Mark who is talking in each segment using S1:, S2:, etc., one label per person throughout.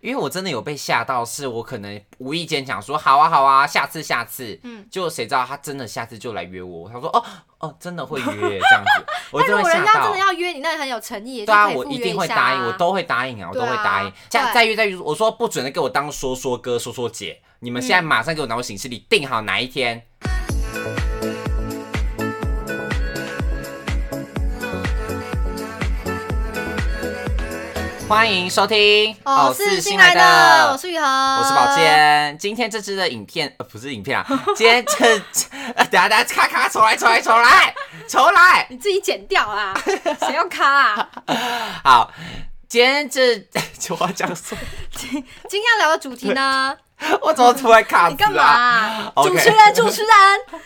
S1: 因为我真的有被吓到，是我可能无意间想说好啊好啊，下次下次，
S2: 嗯，
S1: 就谁知道他真的下次就来约我，他说哦哦，真的会约这样 子，我
S2: 但
S1: 真
S2: 啊如
S1: 的
S2: 果人
S1: 吓
S2: 家真
S1: 到
S2: 的。要约你，那很有诚意，也
S1: 对啊，
S2: 就可以
S1: 我
S2: 赴
S1: 一
S2: 约
S1: 定会
S2: 下
S1: 答应，我
S2: 啊
S1: 都会答应啊，我都会答应
S2: 对啊。
S1: 再
S2: 对
S1: 再约再约，我说不准的，给我当说说哥、说说姐，你们现
S2: 嗯
S1: 在马上给我拿我行事历，定好哪一天。欢迎收听
S2: 哦，
S1: 偶新
S2: 是新来的，我
S1: 的，
S2: 是雨禾，
S1: 我
S2: 我
S1: 是宝。剑。今天这支的影片，呃，不是影片啊，今天这，呃等一下等一下，咔咔，重来重来重来重来。
S2: 你自己剪掉 啊，谁要卡啊？
S1: 好，今天这 就我要讲什么？
S2: 今天要聊的主题 呢？
S1: 我怎么突然卡
S2: 你
S1: 住
S2: 干嘛
S1: 啊？
S2: 啊？
S1: OK
S2: 主持人，主持人，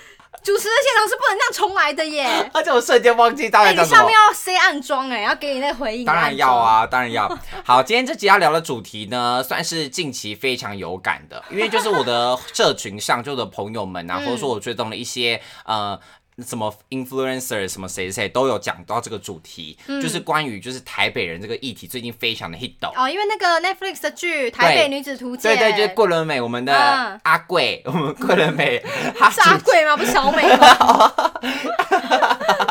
S2: 主持人现场是不能这样重来的耶！
S1: 而且我瞬间忘记到
S2: 哎，
S1: 底
S2: 你
S1: 讲什
S2: 上
S1: 么
S2: 面。要 say 暗装哎，要给你那个回 应。
S1: 当然要！啊，当然要。好，今天这集要聊的主题呢， 算是近期非常有感的，因为就是我的社群上，就我的朋友们啊，
S2: 嗯
S1: 或者说我追踪的一些呃。什么 influencer 什么谁谁都有讲到这个主题，就是关于就是台北人这个议题最近非常的 hit 哦。
S2: 嗯哦，因为那个 Netflix 的剧《台北女子图鉴
S1: 对》，对，就是桂纶镁，我们的
S2: 嗯
S1: 阿贵，我们桂纶镁，她
S2: 是阿贵吗？不是小美吗？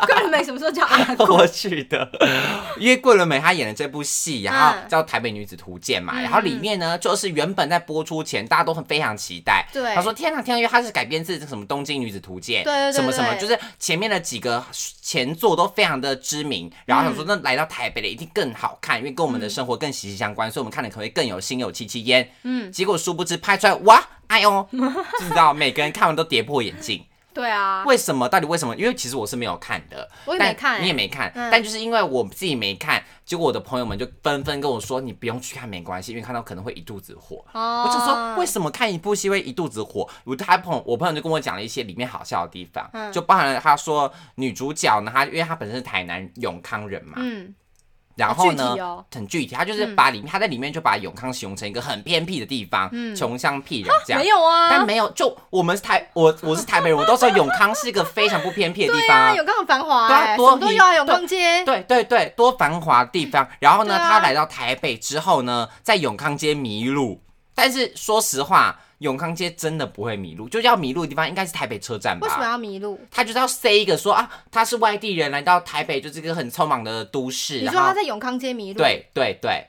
S2: 桂纶镁什么时候叫阿贵？
S1: 过去的，因为桂纶镁她演的这部戏，然后
S2: 嗯
S1: 叫《台北女子图鉴》嘛，然后里面呢就是原本在播出前大家都很非常期待，
S2: 对
S1: 他说天啊天啊，因为它是改编自什么《东京女子图鉴》，
S2: 对对对
S1: 什么什么，
S2: 对
S1: 就是前面的几个前作都非常的知
S2: 嗯
S1: 名，然后想说那来到台北的一定更好看，因为跟我们的生活更息息相关，所以我们看了可能会更有心有戚戚焉。
S2: 嗯，
S1: 结果殊不知拍出来哇，哎呦，知道每个人看完都跌破眼镜。
S2: 对 啊，
S1: 为什么？到底为什么？因为其实我是没有看的，
S2: 我也
S1: 但
S2: 没看欸
S1: 你也没看、
S2: 嗯
S1: 但就是因为我自己没看，结果我的朋友们就纷纷跟我说，你不用去看没关系，因为看到可能会一肚子火。
S2: 哦
S1: 我就说，为什么看一部戏会一肚子火？我他朋友，我朋友就跟我讲了一些里面好笑的地方，
S2: 嗯
S1: 就包含了他说女主角呢，她因为她本身是台南永康人嘛，
S2: 嗯，
S1: 然后
S2: 好
S1: 呢
S2: 具体哦
S1: 很具体，她就是把里面、她在里面就把永康形容成一个很偏僻的地方，穷乡僻壤这样
S2: 嗯没。有
S1: 但
S2: 啊，
S1: 没有，就我们是台，我我是台北人，我都说永康是一个非常不偏僻的地
S2: 对
S1: 方、
S2: 啊，永康很繁华
S1: 对啊
S2: 哎，什
S1: 多
S2: 么都
S1: 离
S2: 有啊，永
S1: 对
S2: 康街。
S1: 对对对，多繁华的地方。然后呢，
S2: 对啊
S1: 他来到台北之后呢，在永康街迷路。但是说实话，永康街真的不会迷路，就要迷路的地方应该是台北车站
S2: 为什么
S1: 吧？
S2: 要迷路？
S1: 他就是要塞一个说啊，他是外地人来到台北，就是一个很匆忙的都市。
S2: 你
S1: 然
S2: 说
S1: 后
S2: 他在永康街迷路？，
S1: 对对对，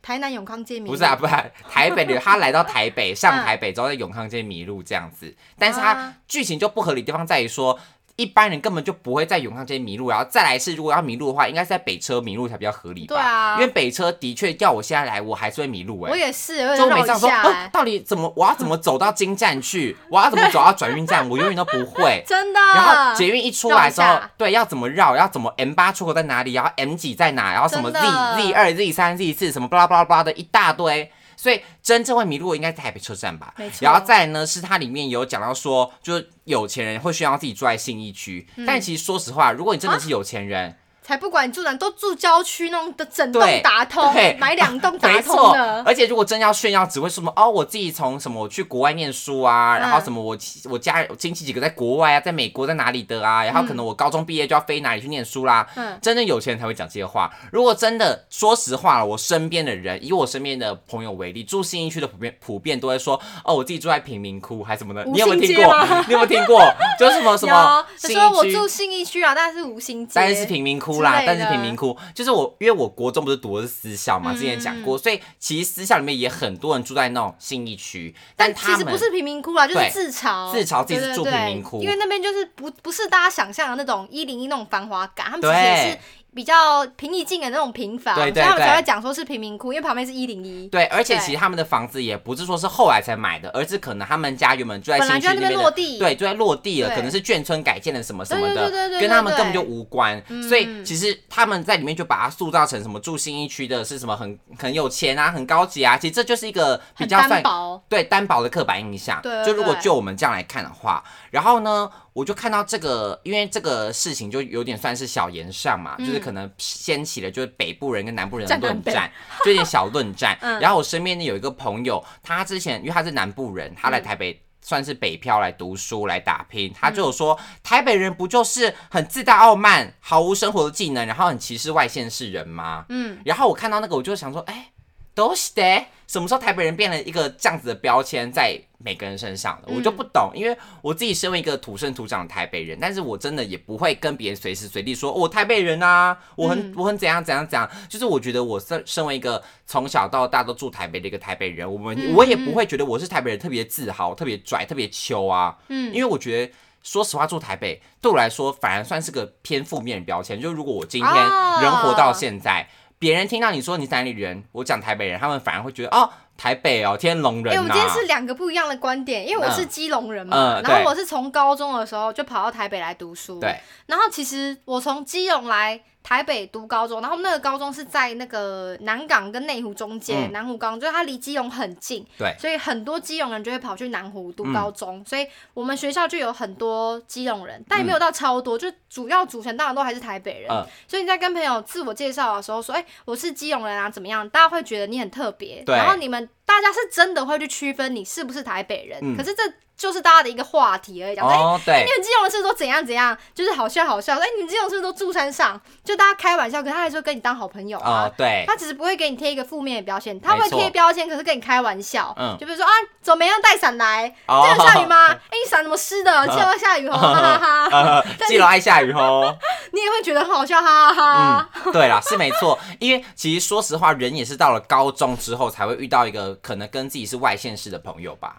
S2: 台南永康街迷路。
S1: 不是啊，不是啊台北的，他来到台北，上
S2: 嗯
S1: 台北之后在永康街迷路这样子。但是他
S2: 啊
S1: 剧情就不合理的地方在于说。一般人根本就不会在永康街迷路，然后再来是，如果要迷路的话，应该是在北车迷路才比较合理吧？
S2: 对啊
S1: 因为，北车的确要我现在来，我还是会迷路哎、
S2: 我也是，我
S1: 就我
S2: 有点
S1: 每
S2: 绕
S1: 次想
S2: 一
S1: 说、
S2: 下
S1: 啊
S2: 哎，，
S1: 到底怎么我要怎么走到金站去？我要怎么走到转运站？我永远都不 会。
S2: 真的。
S1: 然后捷运一出来之
S2: 嗯绕
S1: 后
S2: 一下，
S1: 对，要怎么绕？要怎么 M 八出口在哪里？然后 M 几在哪？然后什么 Z
S2: 真的
S1: Z 二、Z 三、Z 四什么巴拉巴拉巴拉的一大堆。所以真正会迷路的应该是台北车站吧
S2: 没。错
S1: 然后再来呢，是它里面有讲到说，就是有钱人会需要自己住在信义区，
S2: 嗯
S1: 但其实说实话，如果你
S2: 啊
S1: 真的是有钱人，
S2: 才不管你住哪，都住郊区那种的整
S1: 对
S2: 栋打通
S1: 对，
S2: 买两栋 打
S1: 没
S2: 通
S1: 错
S2: 的，。
S1: 而且如果真要炫耀，只会说什么哦，我自己从什么我去国外念书啊，
S2: 嗯
S1: 然后什么我我家我亲戚几个在国外啊，在美国在哪里的啊，然后可能我高中毕业就要飞哪里去念书啦。
S2: 嗯，
S1: 真正有钱人才会讲这些话。如果真的说实话了，我身边的人，以我身边的朋友为例，住信义区的普遍普遍都会说，哦，我自己住在贫民窟还什么的。
S2: 五
S1: 你有没有
S2: 星
S1: 听
S2: 街
S1: 过
S2: 吗？
S1: 你有没有听过？ 就是什么什么
S2: 有，
S1: 信
S2: 他说我
S1: 义区
S2: 住信义区啊，但是五星街，
S1: 但是是贫民窟啦，
S2: 之类
S1: 但
S2: 的嗯
S1: 是贫民窟就是我，因为我国中不是读的是私校嘛，之前讲过，所以其实私校里面也很多人住在那种信义区，但
S2: 但其
S1: 他
S2: 实
S1: 们
S2: 不是贫民窟啦，啊就
S1: 对
S2: 是自嘲，
S1: 自嘲自己
S2: 对
S1: 是
S2: 对
S1: 住
S2: 对
S1: 贫民窟
S2: 因为那边就是不不是大家想象的那种一零一那种繁华感，他们其实
S1: 对
S2: 也是比较平易近人的那种平房，
S1: 对对
S2: 所以他们
S1: 对
S2: 才会讲说是贫民窟，因为旁边是一零一，
S1: 对，而且
S2: 对
S1: 其实他们的房子也不是说是后来才买的，而是可能他们家原本住在
S2: 本
S1: 信
S2: 来
S1: 义区
S2: 就在
S1: 里
S2: 那
S1: 面
S2: 边
S1: 的
S2: 落地，
S1: 对，就在落地了，
S2: 对
S1: 可能是眷村改建的什么什么
S2: 对对对对
S1: 的，
S2: 对
S1: 跟他们
S2: 对对
S1: 根本就无关。所以
S2: 嗯
S1: 其实他们在里面就把它塑造成什么住新一区的是什么很很有钱啊，很高级啊，其实这就是一个比
S2: 很
S1: 较算
S2: 单薄，
S1: 对单薄的刻板印象。
S2: 对对
S1: 就如果
S2: 对
S1: 就我们这样来看的话，然后呢，我就看到这个，因为这个事情就有点算是小言上嘛，就是可能掀起了就是北部人跟南部人的
S2: 嗯战南
S1: 论
S2: 北
S1: 战，就有点小论战。
S2: 嗯
S1: 然后我身边呢有一个朋友，他之前因为他是南部人，他来
S2: 嗯
S1: 台北。算是北漂来读书来打拼，他就有说、台北人不就是很自大傲慢，毫无生活的技能，然后很歧视外县市人吗？
S2: 嗯，
S1: 然后我看到那个，我就想说，哎、都是的。什么时候台北人变了一个这样子的标签在每个人身上
S2: 嗯
S1: 了？我就不懂，因为我自己身为一个土生土长的台北人，但是我真的也不会跟别人随时随地说哦我台北人啊，我很、
S2: 嗯
S1: 我很怎样怎样怎样。就是我觉得我身身为一个从小到大都住台北的一个台北人，我们、
S2: 嗯
S1: 我也不会觉得我是台北人特别自豪、特别拽、特别秋啊。嗯，因为我觉得。说实话，住台北对我来说反而算是个偏负面的标签。就如果我今天
S2: 啊
S1: 人活到现在，别人听到你说你是哪里人，我讲台北人，他们反而会觉得哦，台北哦，天龙人
S2: 哎、
S1: 呐、
S2: 我今天是两个不一样的观点，因为我是基隆人嘛，
S1: 嗯
S2: 然
S1: 对
S2: 后我是从高中的时候就跑到台北来读书，
S1: 对，
S2: 然后其实我从基隆来台北读高中，然后那个高中是在那个南港跟内湖中间，
S1: 嗯
S2: 南湖高中，就是它离基隆很近，
S1: 对
S2: 所以很多基隆人就会跑去南湖读
S1: 嗯
S2: 高中，所以我们学校就有很多基隆人，但也没有到超多，就主要组成当然都还是台北人，
S1: 嗯
S2: 所以你在跟朋友自我介绍的时候说，哎、我是基隆人啊，怎么样？大家会觉得你很特别，
S1: 对
S2: 然后你们大家是真的会去区分你是不是台北人，
S1: 嗯
S2: 可是这就是大家的一个话题而已，讲说哎
S1: 哦，对
S2: 你，们基隆人是不是都怎样怎样，就是好笑好笑。哎、你们基隆是不是都住山上？就大家开玩笑，可他还说跟你当好朋友啊。
S1: 哦， 对，
S2: 他只是不会给你贴一个负面的标签，他
S1: 没
S2: 会
S1: 错
S2: 贴标签，可是跟你开玩笑。
S1: 嗯
S2: 就比如说啊，怎么样带伞来？
S1: 哦
S2: 真的下雨？吗？哎、你伞怎么湿的？
S1: 嗯
S2: 记得要下雨哦，哈哈哈
S1: 呃，
S2: 但
S1: 记得爱下雨 哦。
S2: 你也会觉得很好笑，哈哈哈。
S1: 嗯，对啦，是没错，因为其实说实话，人也是到了高中之后才会遇到一个可能跟自己是外县市的朋友吧。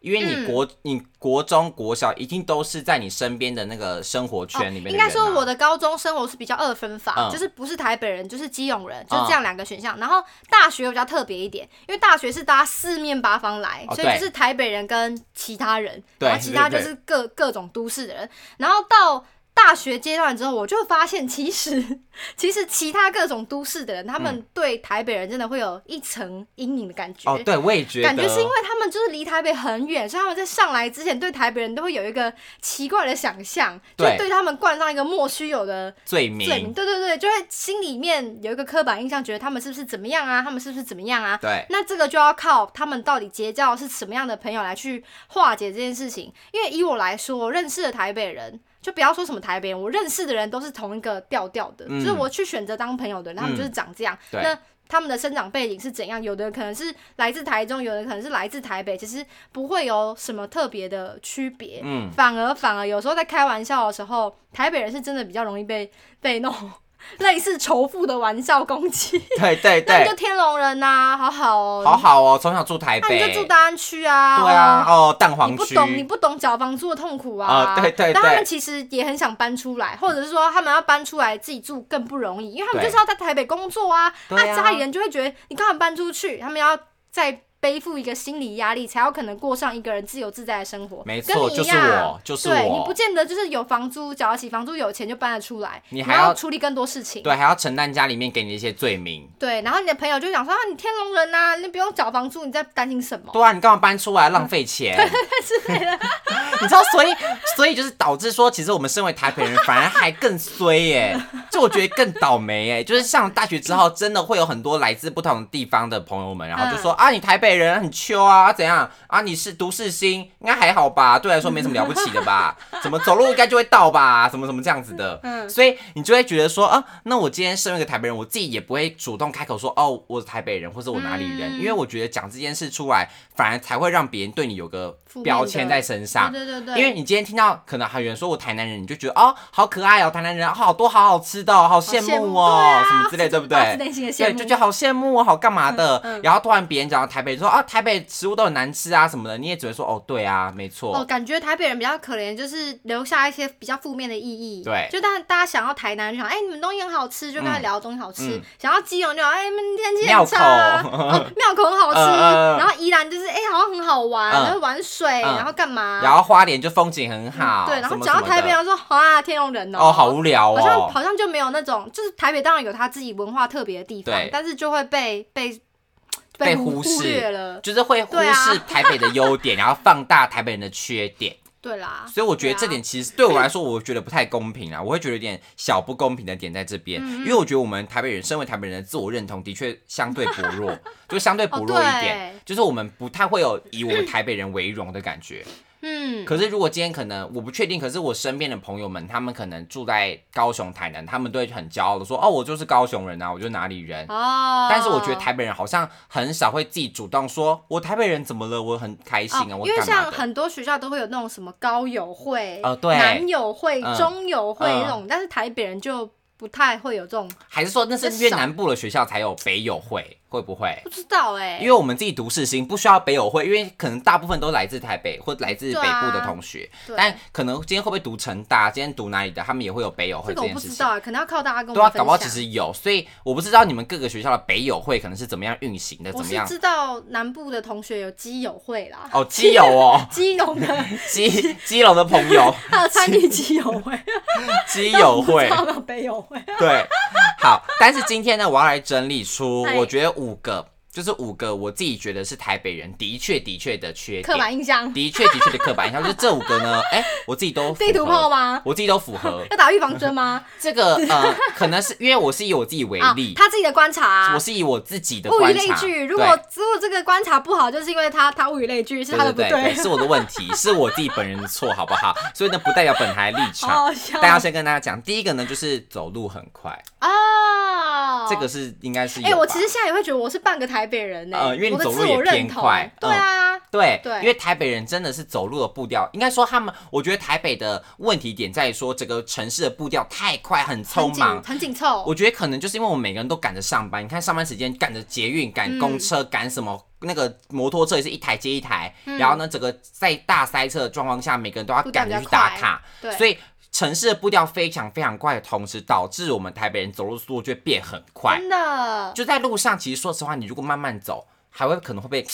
S1: 因为你
S2: 嗯
S1: 国、你国中、国小一定都是在你身边的那个生活圈里面的
S2: 哦应
S1: 人啊、
S2: 该说我的高中生活是比较二分法，
S1: 嗯
S2: 就是不是台北人就是基隆人，
S1: 嗯
S2: 就是这样两个选项。然后大学比较特别一点，因为大学是大家四面八方来，
S1: 哦
S2: 所以就是台北人跟其他人，
S1: 对
S2: 然后其他
S1: 对
S2: 就
S1: 对
S2: 是各各种都市的人。然后到大学阶段之后，我就发现其实 其实其他各种都市的人，他们对台北人真的会有一层阴影的感觉。
S1: 嗯哦，对，我也觉得，
S2: 感觉是因为他们就是离台北很远，所以他们在上来之前对台北人都会有一个奇怪的想象，就
S1: 对
S2: 对他们冠上一个莫须有的
S1: 罪
S2: 罪名。
S1: 名，
S2: 对对对，就会心里面有一个刻板印象，觉得他们是不是怎么样啊，他们是不是怎么样啊？
S1: 对，
S2: 那这个就要靠他们到底结交的是什么样的朋友来去化解这件事情。因为以我来说，我认识的台北人，就不要说什么台北人，我认识的人都是同一个调调的，
S1: 嗯
S2: 就是我去选择当朋友的人，他们就是长这样。
S1: 对
S2: 那他们的生长背景是怎样？有的可能是来自台中，有的可能是来自台北，其实不会有什么特别的区别。
S1: 嗯，
S2: 反而反而有时候在开玩笑的时候，台北人是真的比较容易被被弄 类似仇富的玩笑攻击。
S1: 对对
S2: 那你
S1: 对
S2: 就，天龙人呐、好好哦，
S1: 好好哦，从小住台
S2: 啊那你就
S1: 北，
S2: 住大安区啊，
S1: 对啊，
S2: 哦。
S1: 哦，蛋
S2: 你
S1: 黄
S2: 不
S1: 区，
S2: 懂，你不懂缴房租的痛苦啊！
S1: 啊对对
S2: 但他
S1: 对
S2: 们其实也很想搬出来，或者是说他们要搬出来自己住更不容易，因为他们
S1: 对
S2: 就是要在台北工作啊。
S1: 对
S2: 那
S1: 啊
S2: 家里人就会觉得你干嘛搬出去？他们要再背负一个心理压力，才有可能过上一个人自由自在的生活。
S1: 没
S2: 跟
S1: 错，
S2: 你一
S1: 就是
S2: 样
S1: 我，就是
S2: 对，你
S1: 我
S2: 不，见得就是有房租缴得起，房租有钱就搬得出来，
S1: 你
S2: 然
S1: 还要
S2: 后处理更多事情。
S1: 对，还要承担家里面给你的一些罪名。
S2: 对，然后你的朋友就想说啊，你天龙人呐、你不用缴房租，你在担心什么？
S1: 对啊，你干嘛搬出来浪费钱？
S2: 之类的。
S1: 你知道，所以所以就是导致说，其实我们身为台北人，反而还更衰 耶、就我觉得更倒霉耶、就是上了大学之后，真的会有很多来自不同地方的朋友们，然后就说、
S2: 嗯
S1: 啊，你台北人很秋啊，怎样啊？你是都市星，应该还好吧？对我来说没什么了不起的吧？怎么走路应该就会到吧？什么什么这样子的，
S2: 嗯
S1: 所以你就会觉得说啊，那我今天身为一个台北人，我自己也不会主动开口说哦，我是台北人或者我哪里人，
S2: 嗯
S1: 因为我觉得讲这件事出来，反而才会让别人对你有个
S2: 负面
S1: 标
S2: 的
S1: 签在身上。
S2: 对对对对，
S1: 因为你今天听到可能还有人说我台南人，你就觉得哦好可爱哦，台南人好多好好吃的哦，好羡
S2: 羡
S1: 慕
S2: 慕
S1: 哦，
S2: 对啊
S1: 什么之类，对不
S2: 发自
S1: 对？
S2: 内心的羡
S1: 对，
S2: 慕，
S1: 就觉得好羡慕哦，好干嘛的？
S2: 嗯嗯
S1: 然后突然别人讲到台北，说啊台北食物都很难吃啊什么的，你也只会说哦对啊，没错，
S2: 哦，感觉台北人比较可怜，就是留下一些比较负面的意义。
S1: 对
S2: 就但大家想要台南人就想，哎、你们东西很好吃，就跟他
S1: 嗯
S2: 聊东西好吃；
S1: 嗯
S2: 想要基隆就想，哎、你们天气很差、啊，
S1: 庙口
S2: 哦庙口很好吃。
S1: 嗯嗯嗯
S2: 然后宜兰就是，哎、好像很好玩，
S1: 嗯
S2: 然后玩水，
S1: 嗯
S2: 然后干嘛？
S1: 然后花莲就风景很好，
S2: 啊嗯对，然后
S1: 什么
S2: 讲
S1: 什
S2: 到
S1: 么
S2: 台北
S1: 的
S2: 人说，哇，天龙人
S1: 哦好无聊
S2: 好像
S1: 哦，
S2: 好像就没有那种，就是台北当然有它自己文化特别的地方
S1: 对，
S2: 但是就会被被
S1: 被忽
S2: 忽
S1: 视
S2: 略了。
S1: 就是会忽
S2: 对啊
S1: 视台北的优点，然后放大台北人的缺 点。
S2: 对啦，
S1: 所以我觉得
S2: 哦对啊
S1: 这点其实对 我来说，我觉得不太公平啊，我会觉得有点小不公平的点在这边，
S2: 嗯
S1: 因为我觉得我们台北人身为台北人的自我认同的确相对薄 弱，就相对薄弱一点，
S2: 哦对
S1: 就是我们不太会有以我们台北人为荣的感觉。
S2: 嗯，
S1: 可是如果今天可能我不确定，可是我身边的朋友们，他们可能住在高雄、台南，他们都会很骄傲的说：“哦，我就是高雄人啊，我就是哪里人。”
S2: 哦，
S1: 但是我觉得台北人好像很少会自己主动说，我台北人怎么了？我很开心啊，
S2: 哦
S1: 我
S2: 因为
S1: 干嘛
S2: 像
S1: 的？
S2: 很多学校都会有那种什么高友会、
S1: 呃对
S2: 南友会、
S1: 嗯
S2: 中友会
S1: 嗯
S2: 那种，但是台北人就不太会有这种，
S1: 还是说那是越南部的学校才有北友会？会不会？
S2: 不知道哎、
S1: 因为我们自己读世新不需要北友会，因为可能大部分都来自台北或来自北部的同学，
S2: 对
S1: 但可能今天会不会读成大，今天读哪里的，他们也会有北友
S2: 这
S1: 会
S2: 个
S1: 这
S2: 我
S1: 件
S2: 不
S1: 事
S2: 知
S1: 情。
S2: 道欸，可能要靠大家跟
S1: 对啊，
S2: 我
S1: 搞
S2: 分
S1: 不好其
S2: 享。
S1: 实有，所以我不知道你们各个学校的北友会可能是怎么样运行的，
S2: 我
S1: 怎么
S2: 是
S1: 样？
S2: 知道南部的同学有基友会啦，
S1: 哦，基友哦，
S2: 基 隆的
S1: 基基隆的朋友，
S2: 还有参与基友会、
S1: 基友会
S2: 但，我不知道有北友会。
S1: 对，好，但是今天呢，我要来整理出，
S2: 哎
S1: 我觉得五个，就是五个我自己觉得是台北人的确的确的缺
S2: 刻
S1: 点，
S2: 板印象，
S1: 的确的确的刻板印象，就是这五个 呢，哎、我自己都符
S2: 地图炮
S1: 合，
S2: 吗？
S1: 我自己都符 合。
S2: 要打预防针吗？
S1: 这个呃，可能是因为我是以我自己为
S2: 啊
S1: 例，，
S2: 他自己的观察啊、
S1: 我是以我自己的
S2: 物以
S1: 观
S2: 类
S1: 察，
S2: 聚，
S1: 对
S2: 如果如果这个观察不好，就是因为他他物以类聚是他的不
S1: 对对对，
S2: 对，
S1: 是我的问题，是我自己本人的错，好不 好？所以呢，不代表本台立
S2: 好
S1: 场。
S2: 好笑
S1: 大家先跟大家讲，第一个呢就是走路很快，
S2: 啊！
S1: 这个是应该是有
S2: 哎、
S1: 吧。
S2: 我其实现在也会觉得我是半个台北人呢、
S1: 呃因为你
S2: 我的
S1: 走路
S2: 自
S1: 也
S2: 我
S1: 偏
S2: 认同
S1: 快，嗯
S2: 对啊，
S1: 对，
S2: 对
S1: 因为台北人真的是走路的步调，应该说他们，我觉得台北的问题点在于说整个城市的步调太快，很
S2: 很
S1: 匆
S2: 紧
S1: 忙。
S2: 很紧凑，
S1: 我觉得可能就是因为我们每个人都赶着上班，你看上班时间赶着捷运、赶公车、
S2: 嗯
S1: 赶什么。那个摩托车也是一台接一台，然后呢，整个在大塞车的状况下，每个人都要
S2: 步调
S1: 赶
S2: 比
S1: 着
S2: 较
S1: 去打
S2: 快
S1: 卡，
S2: 对，
S1: 所以城市的步调非常非常快的同时，导致我们台北人走路速度就会变很快。
S2: 真的
S1: 就在路上，其实说实话，你如果慢慢走，还会可能会被，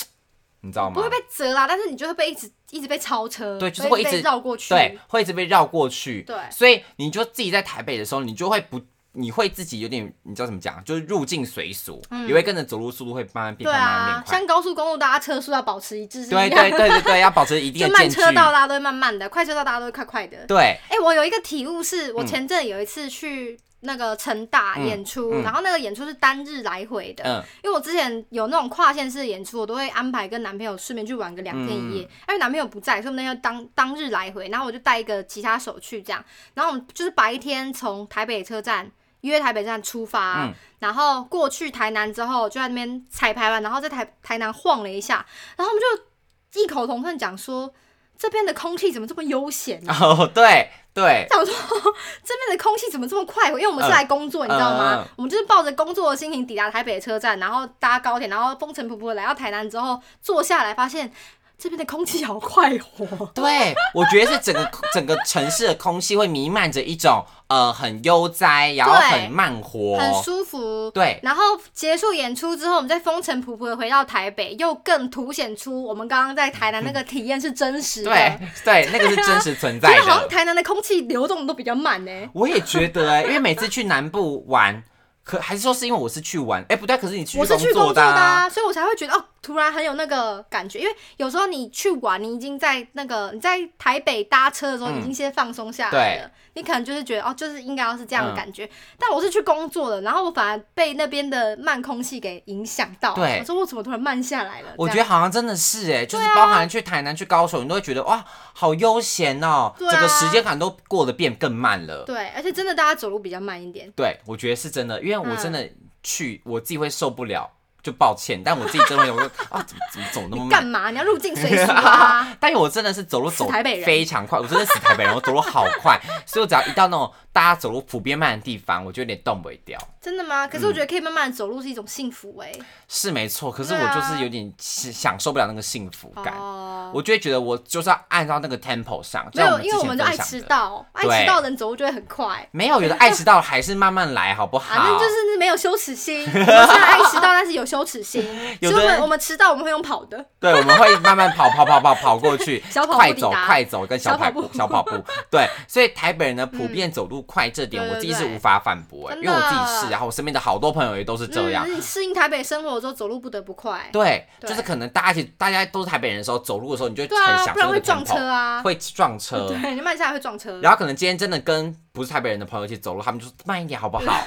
S1: 你知道吗？
S2: 不会被折啦，但是你就会被一直一直被超车，
S1: 对就是会一直
S2: 被绕过去，
S1: 对，会一直被绕过去。
S2: 对
S1: 所以你就自己在台北的时候，你就会不，你会自己有点，你知道怎么讲，就是入境随俗，
S2: 嗯
S1: 也会跟着走路速度会慢慢变
S2: 对
S1: 快，慢慢变
S2: 啊，
S1: 快。
S2: 像高速公路大家车速要保持一致啊是一
S1: 对
S2: 样，
S1: 对对对对，要保持一定
S2: 就
S1: 的
S2: 慢
S1: 间距
S2: 车。道大家都会慢慢的，快车道大家都会快快的。
S1: 对，
S2: 哎、我有一个体悟是，我前阵有一次去那个成大演出，
S1: 嗯嗯嗯
S2: 然后那个演出是单日来回的，
S1: 嗯，
S2: 因为我之前有那种跨县市的演出，我都会安排跟男朋友顺便去玩个两天一
S1: 嗯
S2: 夜，啊因为男朋友不在，所以我们那天当当日来回，然后我就带一个吉他手去这样，然后我们就是白天从台北车站。约台北站出发，
S1: 嗯
S2: 然后过去台南之后，就在那边彩排完，然后在台台南晃了一下，然后我们就异口同声讲说，这边的空气怎么这么悠闲啊呢、
S1: 哦， 对对，
S2: 想说这边的空气怎么这么快活？因为我们是
S1: 嗯
S2: 来工作，你知道
S1: 嗯
S2: 吗
S1: 嗯？
S2: 我们就是抱着工作的心情抵达台北车站，然后搭高铁，然后风尘仆仆的来到台南之后，坐下来发现这边的空气好快活。
S1: 对，我觉得是整个整个城市的空气会弥漫着一种呃很悠哉，然后
S2: 对
S1: 很慢活，
S2: 很舒服，
S1: 对，
S2: 然后结束演出之后，我们再风尘仆仆的回到台北，又更凸显出我们刚刚在台南那个体验是真实的。
S1: 对，对，那个是真实存在
S2: 觉
S1: 的。
S2: 得好像台南的空气流动都比较慢呢、
S1: 我也觉得哎、因为每次去南部玩，可还是说是因为我是去玩？哎、不对，可是你去
S2: 我是去工
S1: 作
S2: 作的、
S1: 啊。
S2: 啊，所以我才会觉得哦，突然很有那个感觉。因为有时候你去玩，你已经在那个你在台北搭车的时候，
S1: 嗯
S2: 已经先放松下来了，你可能就是觉得哦，就是应该要是这
S1: 嗯
S2: 样的感觉。但我是去工作的，然后我反而被那边的慢空气给影响到。
S1: 对
S2: 我说我怎么突然慢下来了？
S1: 我觉
S2: 这
S1: 得
S2: 样
S1: 好像真的是哎、就是包含去台南、去高雄，你都会觉得哇，好悠闲哦、
S2: 对啊
S1: 整个时间感都过得变更慢了。
S2: 对，而且真的大家走路比较慢一点。
S1: 对，我觉得是真的，因为我真的
S2: 嗯
S1: 去，我自己会受不了，就抱歉，但我自己真的会我说啊，怎么怎么走那么
S2: 干
S1: 慢？
S2: 嘛？你要入境随俗 啊！
S1: 但是我真的是走路走
S2: 死台北人
S1: 非常快，我真的死台北人，我走路好快，所以我只要一到那种大家走路普遍慢的地方，我就有点动不掉。
S2: 真的吗？可是我觉
S1: 嗯
S2: 得可以慢慢地走路是一种幸福哎、
S1: 是没错，可是
S2: 对
S1: 我
S2: 啊
S1: 就是有点享享受不了那个幸福感，
S2: 哦，
S1: 我就会觉得我就是要按照那个 tempo 上，就
S2: 没
S1: 像
S2: 有，
S1: 们
S2: 因为
S1: 之
S2: 我
S1: 前分
S2: 们就爱
S1: 享
S2: 迟
S1: 的。
S2: 到，爱
S1: 对
S2: 迟到的人走路就会很快。
S1: 没有，有的爱迟到还是慢慢来，好不好？
S2: 反正啊就是没有羞耻心， 我们虽然爱迟到，但是有羞耻心。
S1: 有
S2: 所
S1: 的
S2: 以我们
S1: 人
S2: 我们迟到，我们会用跑的。
S1: 对，我们会慢慢跑，跑跑跑跑过去，
S2: 小跑步
S1: 快
S2: 抵
S1: 走
S2: 达
S1: 快走跟小
S2: 小跑
S1: 跑步
S2: 步嗯
S1: 小跑步。对，所以台北人呢普遍走路快这点，
S2: 对
S1: 我自己
S2: 对
S1: 是
S2: 对
S1: 无法反驳、欸，因
S2: 真
S1: 为我自己
S2: 的
S1: 是，然后我身边的好多朋友也都是这样。
S2: 嗯，你适应台北生活之后，走路不得不 快。
S1: 对，啊
S2: 对
S1: 就是可能大家一起，大家都是台北人的时候，走路的时候，你就
S2: 对
S1: 很
S2: 啊，
S1: 享
S2: 不
S1: 受那
S2: 然
S1: 个
S2: 会撞
S1: tempo，
S2: 车啊。
S1: 会撞车。
S2: 对，你慢下来会撞车。
S1: 然后可能今天真的跟不是台 北人的朋友一起走路，他们就说慢一点好不好？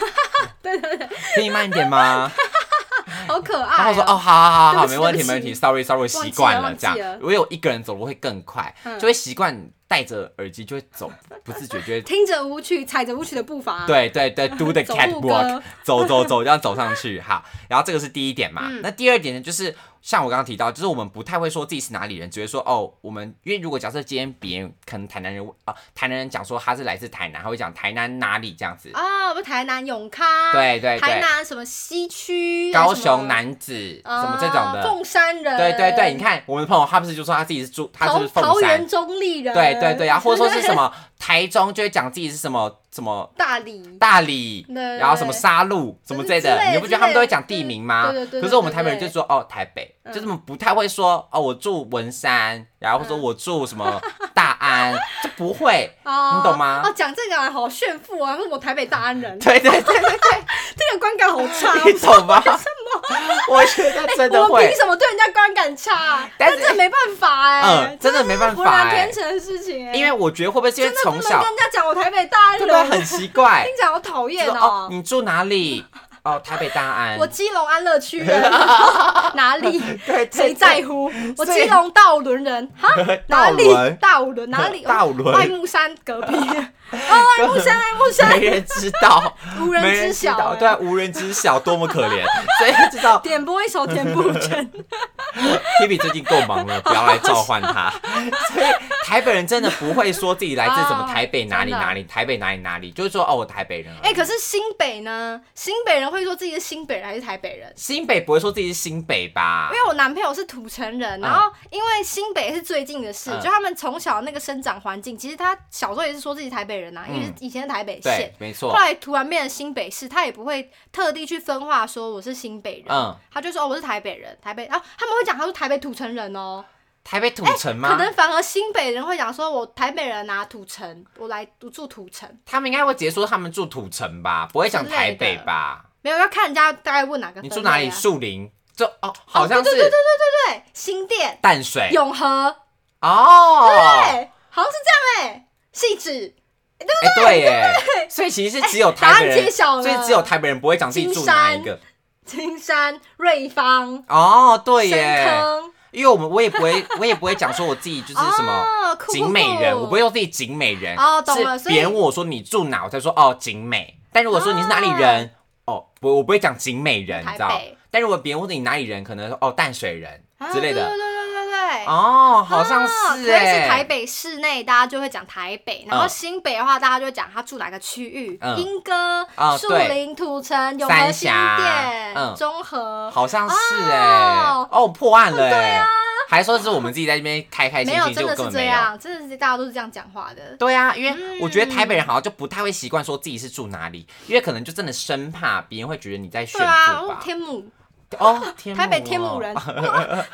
S1: 对对对，可以慢一点吗？
S2: 好可爱、
S1: 然后我说哦，好，好好好，
S2: 哎对
S1: 没
S2: 不
S1: 问
S2: 起
S1: 题，没
S2: 对
S1: 问
S2: 不
S1: 题
S2: 起
S1: ，sorry sorry，
S2: 记了
S1: 习惯了
S2: 忘
S1: 这
S2: 记
S1: 样
S2: 了。
S1: 如果有一个人走路会更快，
S2: 嗯
S1: 就会习惯戴着耳机就会走，不自觉 就会。
S2: 听着舞曲，踩着舞曲的步伐，，
S1: 对对对，do the
S2: 走
S1: catwalk，
S2: 歌
S1: 走走走，这样走上去。 好，然后这个是第一点嘛。
S2: 嗯
S1: 那第二点呢，就是像我刚刚提到，就是我们不太会说自己是哪里人，只会说哦，我们因为如果假设今天别人可能台南人啊、台南人讲说他是来自台南，他会讲台南哪里这样子。
S2: 啊，我们台南永康，
S1: 对对
S2: 台
S1: 对，
S2: 南什么西区，
S1: 高
S2: 还是什么
S1: 雄男子
S2: 啊
S1: 什么这种的。
S2: 凤山人，
S1: 对对对，你，看我们的朋友，他不是就说他自己是住，他
S2: 桃
S1: 是
S2: 桃
S1: 凤山
S2: 园，中立人，
S1: 对对对，然后或者说是什么台中，就会讲自己是什么什么
S2: 大理，
S1: 大理，
S2: 对对
S1: 然后什么杀戮什么之类
S2: 之
S1: 的
S2: 类，
S1: 你不觉得他们都会讲地名吗
S2: 之类的对对对？对
S1: 可是我们台北人就
S2: 对
S1: 说哦台北，
S2: 嗯
S1: 就是我们不太会说哦我住文山，然后说
S2: 嗯
S1: 我住什么大安，就不会，
S2: 哦
S1: 你懂吗
S2: 哦，讲这个好炫富啊，我台北大 安人，
S1: 对对对，。
S2: 这个观感好差
S1: 你懂吗？ 我觉得 真的
S2: 哎我们
S1: 会
S2: 凭，什么对人家观感差啊？
S1: 但
S2: 但
S1: 是
S2: 这没办法哎、
S1: 嗯，真的没办
S2: 这是
S1: 法
S2: 浑然
S1: 哎
S2: 天，成的事情哎、
S1: 因为我觉得会不会是因为
S2: 真的不
S1: 从
S2: 能
S1: 小
S2: 跟人家讲我台北大安
S1: 对
S2: 人，
S1: 不对很奇怪
S2: 跟？你讲好讨厌
S1: 就说哦
S2: 哦，。
S1: 你住哪里？哦，台北大安
S2: 我。基隆安乐区人， 哪里？
S1: 对，
S2: 谁在乎？我
S1: 所以
S2: 基隆大武仑人， 哈，哪里
S1: 大武仑？
S2: 大武仑哪 里？
S1: 大武仑
S2: 爱慕山隔 壁。哦，爱慕山，爱慕
S1: 没
S2: 山，
S1: 人知道，
S2: 无
S1: 没
S2: 人知晓
S1: 道，
S2: 哎。
S1: 对啊，无人知晓，多么可怜。所以知道
S2: 点播一首田馥 甄，
S1: Hebe 最近够忙了，不要来召唤他。 所以台北人真的不会说自己来自什么
S2: 哦
S1: 台北哪里
S2: 真的
S1: 哪里，台北哪里哪里，就是说哦，我台北人。
S2: 哎，可是新北呢？新北人会说自己是新北人还是台北人？
S1: 新北不会说自己是新北吧
S2: 因？为我男朋友是土城人，然后因为新北是最近的事，
S1: 嗯
S2: 就他们从小那个生长环境，其实他小时候也是说自己台北人啊，因为是以前是台北
S1: 嗯
S2: 县
S1: 对，，没
S2: 后
S1: 错，
S2: 来突然变成新北市，他也不会特地去分化说我是新北人，
S1: 嗯
S2: 他就说、哦、我是台北人，台北啊，他们会讲他是台北土城人哦，
S1: 台北土城
S2: 哎可
S1: 吗？
S2: 能反而新北人会讲说我台北人啊，土城，我来我住土城，
S1: 他们应该会直接说他们住土城吧，不会讲
S2: 之类的
S1: 台北吧？
S2: 没有要看人家大概问哪个、分
S1: 你住哪
S2: 类
S1: 里？
S2: 啊
S1: 树林？就哦，好像是
S2: 对，新店、
S1: 淡水
S2: 永和，
S1: 哦，哎，
S2: 对，好像是这样哎、欸，细致，
S1: 对耶，所以其实是只有台北
S2: 哎答案揭
S1: 人，
S2: 晓了
S1: 所以只有台北人不会讲自己住哪一个。
S2: 金山、瑞芳、
S1: 哦，对
S2: 深
S1: 耶，
S2: 坑，
S1: 因为我们我也不会，我也不会讲说我自己就是什么
S2: 哦，酷酷
S1: 景美人，
S2: 酷
S1: 我不会说自己景美人。
S2: 哦懂了
S1: 是
S2: 所以
S1: 别人问我说你住哪，我才说哦景美。但如果说你是哪里人，哦不，我不会讲景美人，你
S2: 啊台
S1: 知道
S2: 北。
S1: 但如果别人问你哪里人，可能说哦淡水人
S2: 啊
S1: 之类
S2: 对
S1: 的。
S2: 对对对对。
S1: 哦，好像
S2: 啊
S1: 是
S2: 可能
S1: 哎，
S2: 是台北市内，大家就会讲台北；然后
S1: 嗯
S2: 新北的话，大家就会讲他住哪个区域，
S1: 嗯
S2: 莺歌
S1: 啊、
S2: 树
S1: 对
S2: 林、土城、永
S1: 三
S2: 和新
S1: 峡嗯
S2: 店、中和。
S1: 好像是哎、
S2: 哦啊
S1: 哦，破案了哎、还说是我们自己在这边开开心
S2: 没有，
S1: 心，
S2: 真
S1: 就
S2: 的
S1: 根
S2: 是
S1: 本
S2: 这
S1: 没有。
S2: 样，嗯真的是大家都是这样讲话的。
S1: 对啊，因为我觉得台北人好像就不太会习惯说自己是住哪里，因为可能就真的生怕别人会觉得你在炫
S2: 对
S1: 富
S2: 啊，哦
S1: 吧。
S2: 天母，
S1: 哦，天母
S2: 台北
S1: 哦
S2: 天母人， 好
S1: 哦，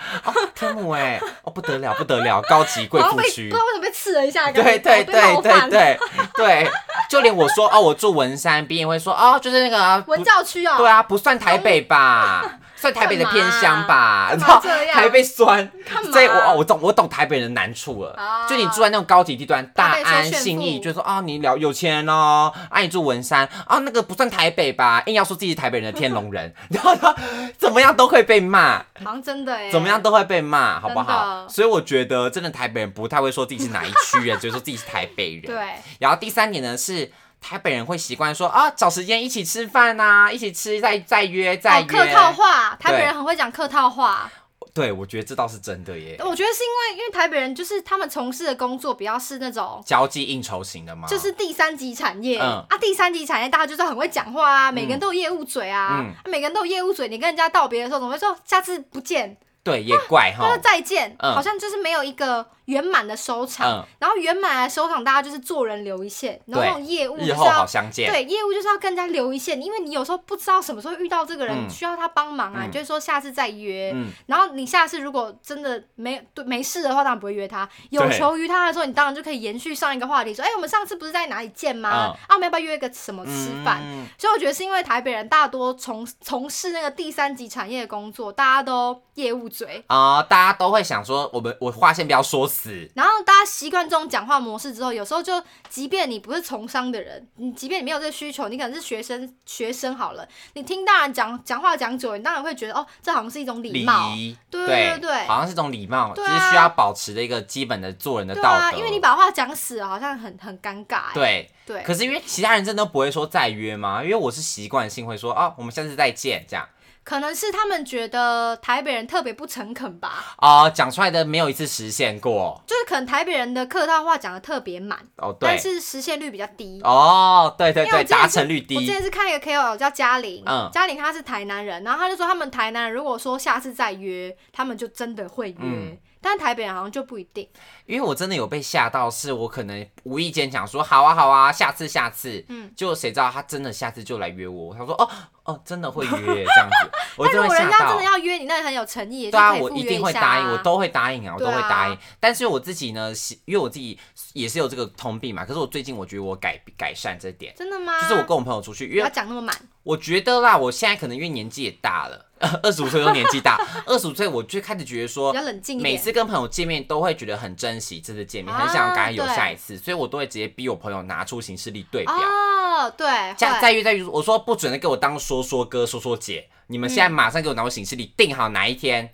S1: 天母哎、哦不得了不得了，高级贵
S2: 像
S1: 妇
S2: 被不
S1: 区
S2: 知。道为什么被刺了一下，感
S1: 对
S2: 觉
S1: 对
S2: 哦被
S1: 对
S2: 冒
S1: 对
S2: 犯。
S1: 对对，就连我说哦，我住文山，别人也会说哦，就是那个啊不
S2: 文教区哦，
S1: 对，啊，不算台北吧，算台北的偏乡吧，
S2: 干嘛
S1: 然后
S2: 干嘛啊这样
S1: 台北酸
S2: 干，嘛
S1: 所以我哦我懂我懂台北人的难处了。
S2: 啊
S1: 就你住在那种高级地段，大
S2: 台北说
S1: 安、
S2: 炫富
S1: 信义，就说哦，你了有钱人哦，啊你住文山，啊那个不算台北吧，硬要说自己是台北人的天龙人， 然后他怎么样都会被骂，
S2: 好像真的哎，
S1: 怎么样？都会被骂，好不好？
S2: 真的
S1: 所以我觉得真的台北人不太会说自己是哪一区人，就说自己是台北人。
S2: 对，哦
S1: 然后第三点呢是。台北人会习惯说啊，找时间一起吃饭啊，一起吃，再再约，再
S2: 哦
S1: 约。
S2: 客套话，台北
S1: 对
S2: 人很会讲客套话。
S1: 对，我觉得这倒是真的耶。
S2: 我觉得是因为，因为台北人就是他们从事的工作比较是那种。
S1: 交际应酬型的吗？
S2: 就是第三级产业、
S1: 啊嗯
S2: 啊，第三级产业大家就是很会讲话啊，每个人都有业务嘴啊，
S1: 嗯
S2: 啊每个人都有业务嘴。你跟人家道别的时候，怎么会说下次不见，
S1: 对，也怪
S2: 或
S1: 哈
S2: 者。再见，
S1: 嗯
S2: 好像就是没有一个圆满的收场。
S1: 嗯，
S2: 然后圆满的收场，大家就是做人留一线，然后那种业务就
S1: 日
S2: 是
S1: 后好
S2: 要
S1: 相见。
S2: 对业务就是要跟人家留一线，因为你有时候不知道什么时候遇到这个人、
S1: 嗯
S2: 需要他帮忙啊，
S1: 嗯
S2: 你就会说下次再约。
S1: 嗯，
S2: 然后你下次如果真的没对没事的话，当然不会约他。
S1: 对
S2: 有求于他的时候，你当然就可以延续上一个话题，说：“哎、我们上次不是在哪里见吗？
S1: 嗯
S2: 啊，我们要不要约个什么吃饭？”
S1: 嗯
S2: 所以我觉得是因为台北人大多从从事那个第三级产业的工作，大家都业务嘴。
S1: 啊、大家都会想说，我们我划线不要说死，
S2: 然后大家习惯这种讲话模式之后，有时候就，即便你不是从商的人，你即便你没有这个需求，你可能是学生，学生好了，你听大人讲讲话讲久了，你当然会觉得哦，这好像是一种
S1: 礼
S2: 礼貌，
S1: 仪，
S2: 对
S1: 对
S2: 对对
S1: 好像是种礼貌，
S2: 对
S1: 就
S2: 啊
S1: 是需要保持的一个基本的做人的
S2: 对
S1: 道
S2: 啊，
S1: 德。
S2: 因为你把话讲死了，好像很很尴尬、欸。
S1: 对，
S2: 对，
S1: 可是因为其他人真的不会说再约吗？因为我是习惯性会说啊，我们下次再见这样。
S2: 可能是他们觉得台北人特别不诚恳吧，
S1: 哦，讲出来的没有一次实现过。
S2: 就是可能台北人的客套话讲的特别满，
S1: 哦，对
S2: 但，是实现率比较低。
S1: 哦，对对
S2: 因为
S1: 对，
S2: 我之前
S1: 达
S2: 是
S1: 成率
S2: 我之
S1: 低。
S2: 前是看一个 KOL 叫嘉玲，
S1: 嗯
S2: 嘉玲她是台南人，然后她就说他们台南人如果说下次再约，他们就真的会约，
S1: 嗯
S2: 但台北人好像就不一定。
S1: 因为我真的有被吓到，是我可能无意间讲说好啊好啊，下次下次，
S2: 嗯
S1: 嗯，就谁知道他真的下次就来约我，他说哦哦，真的会约这样 子，我
S2: 但
S1: 就
S2: 如
S1: 会
S2: 果
S1: 吓
S2: 人家真
S1: 到
S2: 的。要约你，那很有诚意，也是
S1: 对啊，
S2: 可以
S1: 我
S2: 赴
S1: 一
S2: 约
S1: 定会
S2: 下
S1: 答应，
S2: 啊
S1: 我都会答应啊，我都
S2: 对
S1: 会
S2: 啊
S1: 答应。但是我自己呢，喜因为我自己也是有这个通病嘛，可是我最近我觉得我改改善这点，
S2: 真的吗？
S1: 就是我跟我朋友出去，
S2: 不
S1: 因为
S2: 要讲那么满，
S1: 我觉得啦，我现在可能因为年纪也大了，二十五岁都年纪大，二十五岁我就开始觉得说
S2: 比较，冷静一
S1: 每
S2: 点。
S1: 次跟朋友见面都会觉得很珍惜这次见面，
S2: 啊
S1: 很想赶快有下一次，所以我都会直接逼我朋友拿出行事历对表。
S2: 哦，对，
S1: 这样
S2: 会
S1: 再约再约，我说不准给我当说说哥、说说姐，你们现
S2: 嗯
S1: 在马上给我拿我行事历，定好哪一天，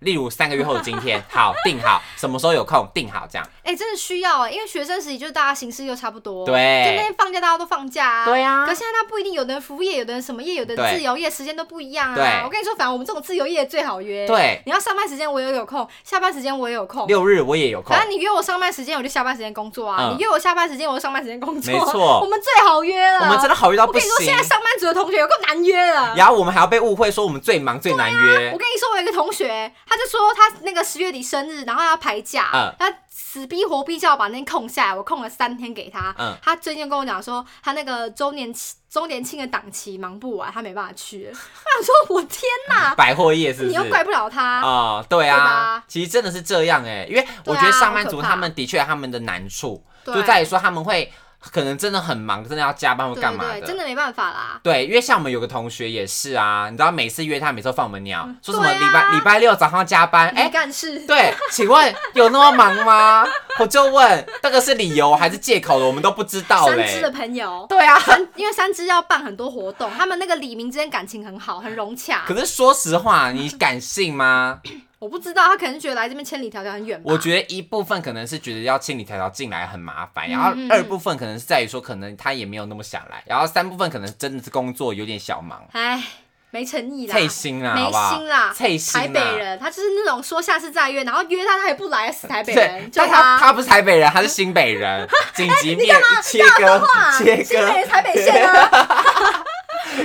S1: 例如三个月后的今天，好定好，什么时候有空定好，这样。
S2: 哎、真的需要啊，因为学生时期就是大家形式又差不多，
S1: 对
S2: 就那天放假大家都放假啊，
S1: 对啊
S2: 可现在他不一定，有的人服务业，有的人什么业，有的人
S1: 对
S2: 自由业，时间都不一样啊。
S1: 对
S2: 我跟你说，反正我们这种自由业最好约，，
S1: 对，
S2: 你要上班时间我也有空，下班时间我也有空，
S1: 六日我也有空
S2: 反，正你约我上班时间，我就下班时间工作啊；
S1: 嗯
S2: 你约我下班时间，我就上班时间工作，啊
S1: 没错
S2: 我们最好约了。
S1: 我们真的好遇到
S2: 我
S1: 不
S2: 跟你说，
S1: 行
S2: 现。在上班族的同学有够难约了。
S1: 然后我们还要被误会说我们最忙最难约
S2: 我，跟你说，我有一个同学，他就说他那个十月底生日，然后他要排假，
S1: 嗯
S2: 他死逼活逼叫我把那天空下来，我空了三天给他。
S1: 嗯
S2: 他最近跟我讲说，他那个周年庆周年庆的档期忙不完，他没办法去。 我想说，我天哪，
S1: 百货业是不
S2: 你
S1: 是？
S2: 又怪不了他。
S1: 啊、对
S2: 对
S1: 啊
S2: 吧，
S1: 其实真的是这样哎、因为我觉
S2: 对
S1: 得
S2: 啊
S1: 上班
S2: 好
S1: 族
S2: 可怕
S1: 他们的确有他们的难处，
S2: 对
S1: 就在于说他们会可能真的很忙，真的要加班或
S2: 对
S1: 干嘛
S2: 对，真
S1: 的。
S2: 的没办法啦。
S1: 对，因为像我们有个同学也是啊，你知道每次约他，每次都放我们鸟，说什么
S2: 对
S1: 礼
S2: 啊嗯
S1: 拜礼拜六早上加班，哎、
S2: 没干事。
S1: 对，请问有那么忙吗？我就问，这个是理由还是借口了，我们都不知道
S2: 三只
S1: 嘞
S2: 的。朋友，
S1: 对啊，
S2: 三因为三只要办很多活动，他们那个李明之间感情很好，很融洽。
S1: 可是说实话，你敢信吗？
S2: 我不知道，他可能觉得来这边千里迢�迢很远吧。
S1: 我觉得一部分可能是觉得要千里迢迢进来很麻烦，然后
S2: 嗯嗯嗯
S1: 二部分可能是在于说可能他也没有那么想来，然后三部分可能真的是工作有点小忙，
S2: 唉，没诚意啦，
S1: 脆心啦，
S2: 啊没
S1: 好不好？
S2: 心啦，
S1: 脆心啦。啊
S2: 台北人，他就是那种说下次再约，然后约他他也不来，死台北
S1: 对
S2: 人，，就啊
S1: 但他他不是台北人，他是新北人，紧 急面切割切
S2: 哇，啊新北
S1: 割
S2: 人台北县啊，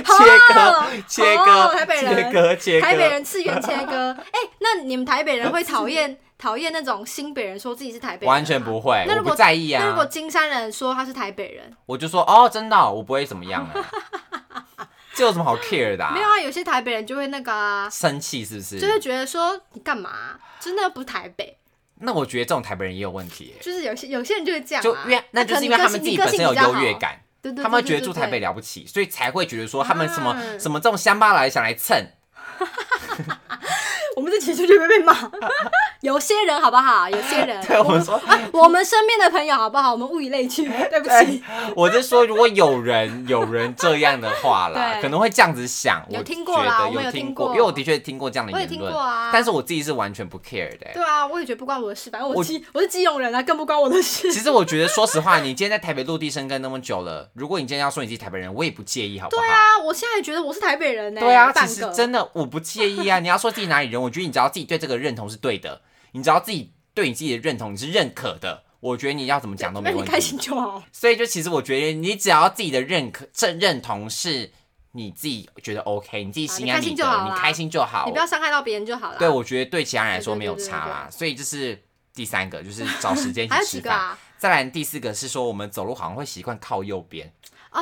S2: 好
S1: 切
S2: 哦
S1: 割
S2: 台北人
S1: 切割切
S2: 台北
S1: 割，
S2: 人次元切割。哎，那你们台北人会讨厌讨厌那种新北人说自己是台北人吗？
S1: 完全不会，
S2: 那
S1: 我
S2: 如果
S1: 不在意
S2: 那如果
S1: 啊，
S2: 金山人说他是台北人，
S1: 我就说哦，真的哦，我不会怎么样啊， 这有什么好 care 的啊
S2: 没？有啊，有些台北人就会那个啊，
S1: 生气是不
S2: 就会
S1: 是？
S2: 觉得说你干嘛啊，就是那又不是台北，
S1: 那我觉得这种台北人也有问题欸耶。
S2: 就是有些有些人就会这样啊，
S1: 就因为那就是因为他们自己本身有优越感，
S2: 对，对对，
S1: 他们会
S2: 对
S1: 觉得住
S2: 对
S1: 台北
S2: 对
S1: 了不起，所以才会觉得说他们什么、
S2: 啊
S1: 什么这种乡巴佬也想来蹭，
S2: 我们这期出去会被骂。 有些人好不好？有些 人，
S1: 对我们说
S2: 啊，我们身边的朋友好不好？我们物以 类聚，对不起。
S1: 我是说如果有人有人这样的话啦，
S2: 对
S1: 可能会这样子想，
S2: 有
S1: 我
S2: 听过
S1: 觉
S2: 啦
S1: 得
S2: 我们有
S1: 有
S2: 听
S1: 过，
S2: 过
S1: 因为我的确听过这样的
S2: 我也
S1: 言
S2: 听
S1: 论，
S2: 过啊
S1: 但是我自己是完全不 care 的欸、
S2: 对啊，我也觉得不关我的事，反正我
S1: 我
S2: 基我是基隆人啊，更不关我的事。
S1: 其实我觉得，说实话，你今天在台北落地生根那么久了，如果你今天要说你自己台北人，我也不介意，好不好？
S2: 对啊，我现在也觉得我是台北人呢、欸
S1: 对啊，
S2: 半
S1: 其
S2: 个
S1: 实真的我不介意 啊。你要说自己哪里人，我觉得你只要自己对这个认同是对的，你只要自己对你自己的认同你是认可的，我觉得你要怎么讲都
S2: 那
S1: 没
S2: 你
S1: 问
S2: 开
S1: 题
S2: 心。就好。
S1: 所以就其实我觉得你只要自己的认可、正认同是你自己觉得 OK，你自己心
S2: 啊
S1: 安
S2: 你开心
S1: 理
S2: 就
S1: 得，
S2: 好啦
S1: 你开心就好
S2: 你不。要伤害到别人就好了。
S1: 对，我觉得对其他人来说没有
S2: 对对对
S1: 差啦。所以这是第三个，就是找时间一
S2: 还有
S1: 起
S2: 几
S1: 吃
S2: 个
S1: 饭。
S2: 啊？
S1: 再来第四个是说，我们走路好像会习惯靠右边，
S2: 哦，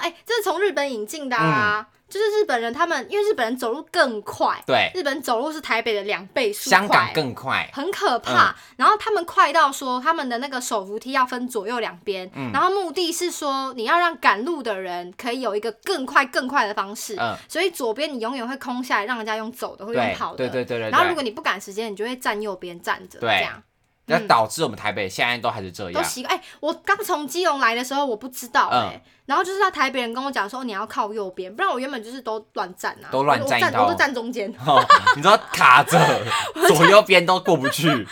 S2: 哎、这是从日本引进的
S1: 嗯
S2: 啊，就是日本人他们，因为日本人走路更快，
S1: 对，
S2: 日本走路是台北的两倍速快，
S1: 香港更嗯快，
S2: 很可怕。然后他们快到说，他们的那个手扶梯要分左右两边，
S1: 嗯
S2: 然后目的是说你要让赶路的人可以有一个更快更快的方式，
S1: 嗯，
S2: 所以左边你永远会空下来，让人家用走的或用
S1: 对
S2: 跑，的。
S1: 对对对对。
S2: 然后如
S1: 对
S2: 果你不赶时间，你就会站右边站着，这
S1: 对
S2: 样
S1: 那
S2: 嗯
S1: 导致我们台北现在都还是这
S2: 都
S1: 样，
S2: 习惯。哎、我刚从基隆来的时候我不知道哎、
S1: 嗯
S2: 然后就是到台北人跟我讲说哦你要靠右边，不然我原本就是都乱站啊，
S1: 都乱
S2: 我
S1: 站
S2: 我站
S1: 一道
S2: 我都站中间。
S1: 哦，你知道卡 着，左右边都过不去，
S2: 我想说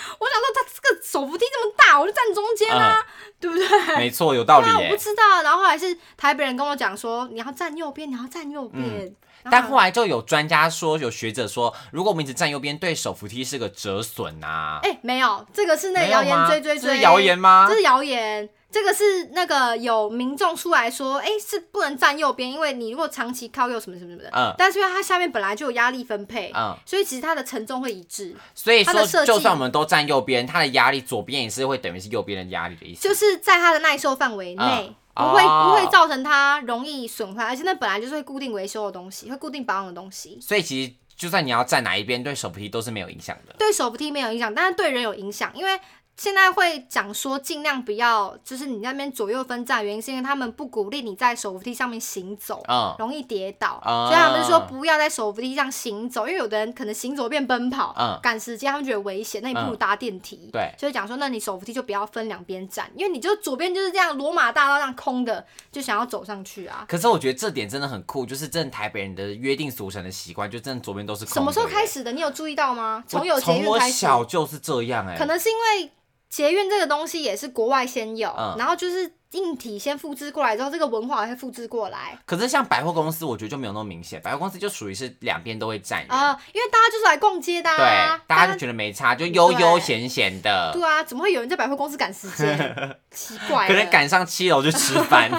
S2: 他这个手扶梯这么大，我就站中间啊，对不对？
S1: 没错，有嗯道理
S2: 对啊，我不
S1: 耶。
S2: 知道。然后后来是台北人跟我讲说，你要站右边，你要站右边。
S1: 嗯但
S2: 然后
S1: 后来就有专家说，有学者说，如果我们一直站右边，对手扶梯是个折损呐。
S2: 哎、没有，这个是那
S1: 没有
S2: 个谣言
S1: 吗
S2: 追追
S1: 这
S2: 追，
S1: 是谣言吗
S2: 这？是谣言。这个是那个有民众出来说，哎、是不能站右边，因为你如果长期靠右什么什么什么的。
S1: 嗯
S2: 但是因为它下面本来就有压力分配，
S1: 嗯，
S2: 所以其实它的承重会一致，
S1: 所以
S2: 它的
S1: 说
S2: 设，计
S1: 就算我们都站右边，它的压力左边也是会等于是右边的压力的意思。
S2: 就是在它的耐受范围内。不
S1: 嗯
S2: 会
S1: 哦
S2: 不会造成它容易损坏，而且那本来就是会固定维修的东西，会固定保养的东西，
S1: 所以其实就算你要站哪一边，对手扶梯都是没有影响的。
S2: 对手扶梯没有影响，但是对人有影响，因为现在会讲说尽量不要，就是你那边左右分站，原因是因为他们不鼓励你在手扶梯上面行走，
S1: 嗯
S2: 容易跌倒，
S1: 啊
S2: 所以他们就说不要在手扶梯上行走，因为有的人可能行走变奔跑，
S1: 嗯
S2: 赶时间他们觉得危险，那你不如搭电梯。
S1: 对
S2: 所以讲说，那你手扶梯就不要分两边站，因为你就左边就是这样罗马大道这样空的，就想要走上去啊。
S1: 可是我觉得这点真的很酷，就是真的台北人的约定俗成的习惯，就真的左边都是空的
S2: 什么时候开
S1: 耶？
S2: 始的？你有注意到吗？
S1: 我
S2: 从有捷
S1: 从
S2: 运
S1: 我
S2: 开始，
S1: 小就是这样哎、
S2: 可能是因为捷运这个东西也是国外先有，
S1: 嗯
S2: 然后就是硬体先复制过来之后，这个文化也会复制过来
S1: 可是像百货公司，我觉得就没有那么明显，百货公司就属于是两边都会站人。
S2: 啊、因为大家就是来逛街的、啊
S1: 对，，大家就觉得没差，就悠悠闲闲的，
S2: 对啊，怎么会有人在百货公司赶时 间？奇怪了，
S1: 可能赶上七楼去吃 饭，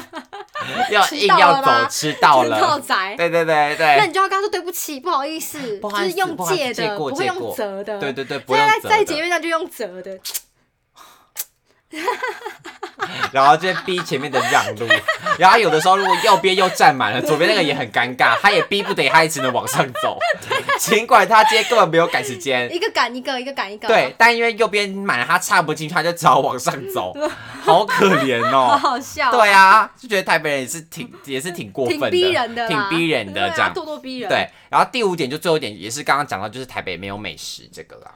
S1: 要
S2: 迟
S1: 硬
S2: 到
S1: 要
S2: 了吗
S1: 走，吃到
S2: 全套
S1: 了，
S2: 宅。
S1: 对对对
S2: 那
S1: 对，
S2: 你就要跟他说对不起，不好意思，
S1: 不
S2: 就
S1: 好意
S2: 是
S1: 思
S2: 用
S1: 不好意思
S2: 借
S1: 借
S2: 的，
S1: 过
S2: 不会
S1: 借
S2: 用
S1: 过
S2: 折的。
S1: 对对对，不用
S2: 在
S1: 折
S2: 在
S1: 的
S2: 捷运上就用折的，
S1: 然后就逼前面的让路，然后有的时候如果右边又站满了，左边那个也很尴尬，他也逼不得，他也只能往上走。 尽管他今天根本没有赶时 间，
S2: 一个赶一个，一个赶一个。
S1: 对，，但因为 右边满了，他插不进去，他就只好往上走，好可怜
S2: 好
S1: 哦。
S2: 好笑。
S1: 对啊，就觉得台北人也是挺也是挺过分
S2: 挺
S1: 的，
S2: 逼人的啦，
S1: 挺逼人
S2: 对啊
S1: 的这样。
S2: 咄咄逼人。，
S1: 对，然后第五点就最后一点也是刚刚讲到，就是台北没有美食这个啦。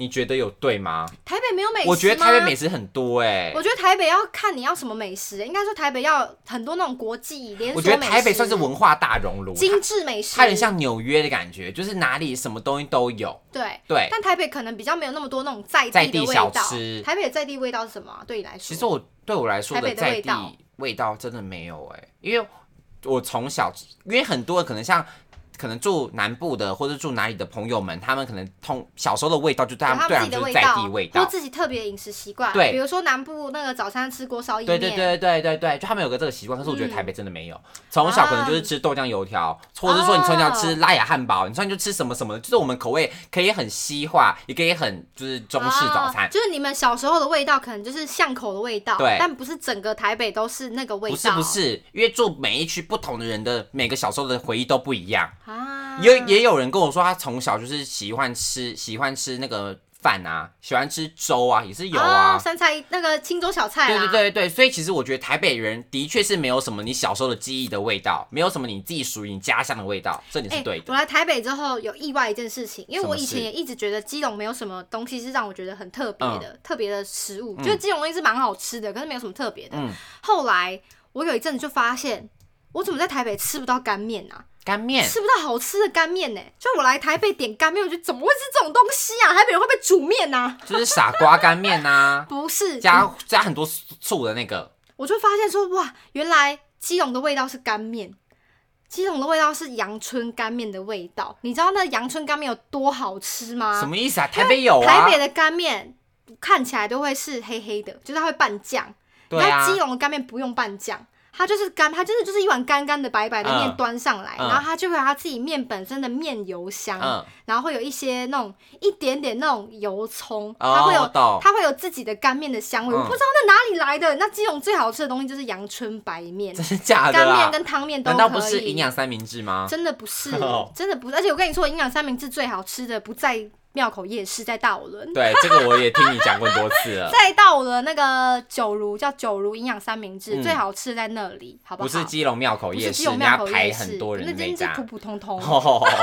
S1: 你觉得有对吗？
S2: 台北没有美食吗
S1: 我觉得台北美食很多哎、
S2: 我觉得台北要看你要什么美食，应该说台北要很多那种国际连锁美食。
S1: 我觉得台北算是文化大熔炉，
S2: 精致美食，
S1: 它有点像纽约的感觉，就是哪里什么东西都有。
S2: 对。
S1: 对，
S2: 但台北可能比较没有那么多那种在
S1: 在
S2: 的
S1: 地
S2: 味
S1: 小
S2: 道。
S1: 吃
S2: 台北的在地味道是什么啊、对你来说，
S1: 其实我对我来说
S2: 台北的
S1: 在
S2: 味道
S1: 地味道真的没有哎、因为我从小，因为很多可能像。可能住南部的或者住哪里的朋友们，他们可能通小时候的味道就对他们对
S2: 有他
S1: 他们
S2: 们自己
S1: 就
S2: 的
S1: 是
S2: 味
S1: 在
S2: 道，
S1: 地味
S2: 或
S1: 道。
S2: 自己特别饮食习惯。
S1: 对
S2: 比如说南部那个早餐吃锅烧意
S1: 对
S2: 面，
S1: 对对对对对，就他们有个这个习惯，可是我觉得
S2: 嗯啊
S1: 台北真的没有。从小可能就是吃豆浆油条，或者是说你从小吃拉雅汉堡，你从小就吃什么什么的，就是我们口味可以很西化，也可以很就是中式早餐
S2: 哦，就是你们小时候的味道，可能就是巷口的味道，
S1: 对
S2: 但不是整个台北都是那个味道。
S1: 不是不是，因为住每一区不同的人的每个小时候的回忆都不一样。
S2: 啊，
S1: 也有也有人跟我说，他从小就是喜欢吃喜欢吃那个饭啊，喜欢吃粥啊，也是有
S2: 哦啊
S1: 啊。
S2: 酸菜那个青州小菜
S1: 对
S2: 啦，
S1: 对对对，所以其实我觉得台北人的确是没有什么你小时候的记忆的味道，没有什么你自己属于你家乡的味道，这点
S2: 哎，
S1: 是对的。
S2: 我来台北之后有意外一件事情，因为
S1: 什么
S2: 我以前
S1: 事
S2: 也一直觉得基隆没有什么东西是让我觉得很特别的、
S1: 嗯
S2: 特别的食物，就是基隆东西是蛮好吃的，可是没有什么特别的。
S1: 嗯
S2: 后来我有一阵子就发现。我怎么在台北吃不到干面啊？
S1: 干面
S2: 吃不到好吃的干面呢、就我来台北点干面，我觉得怎么会是这种东西啊？台北人会不会煮面啊呐、
S1: 就是傻瓜干面 呐、
S2: 不是，
S1: 加加很多醋的那个，
S2: 我就发现说，哇，原来基隆的味道是干面，基隆的味道是阳春干面的味道。你知道那阳春干面有多好吃吗？
S1: 什么意思啊？台北有啊，
S2: 台北的干面看起来都会是黑黑的，就是它会拌酱。
S1: 对啊
S2: 那，基隆的干面不用拌酱，它就是干，它真的就是一碗干干的、白白的面
S1: 嗯
S2: 端上来，
S1: 嗯
S2: 然后它就会有它自己面本身的面油香，
S1: 嗯，
S2: 然后会有一些那种一点点那种油葱，它
S1: 哦
S2: 会，
S1: 我
S2: 有
S1: 懂，
S2: 它会有自己的干面的香
S1: 嗯
S2: 味，我不知道那哪里来的。那基隆最好吃的东西就是阳春白面，
S1: 真的假的
S2: 干面
S1: 啦？
S2: 跟汤面都
S1: 难
S2: 可
S1: 道
S2: 以。
S1: 不是营养三明治吗？
S2: 真的不是
S1: 哦，
S2: 真的不是。而且我跟你说，营养三明治最好吃的不在庙口夜市，在大武仑。
S1: 对，这个我也听你讲过很多次 了，
S2: 在大武仑那个九如叫九如营养三明治，
S1: 嗯
S2: 最好吃在那里，好
S1: 不
S2: 好？
S1: 是基隆庙口
S2: 不
S1: 夜市，
S2: 是基隆
S1: 人
S2: 庙
S1: 家
S2: 口
S1: 排
S2: 夜
S1: 很
S2: 市，
S1: 多人的
S2: 那
S1: 那
S2: 真是
S1: 家
S2: 普。普通通。
S1: 哦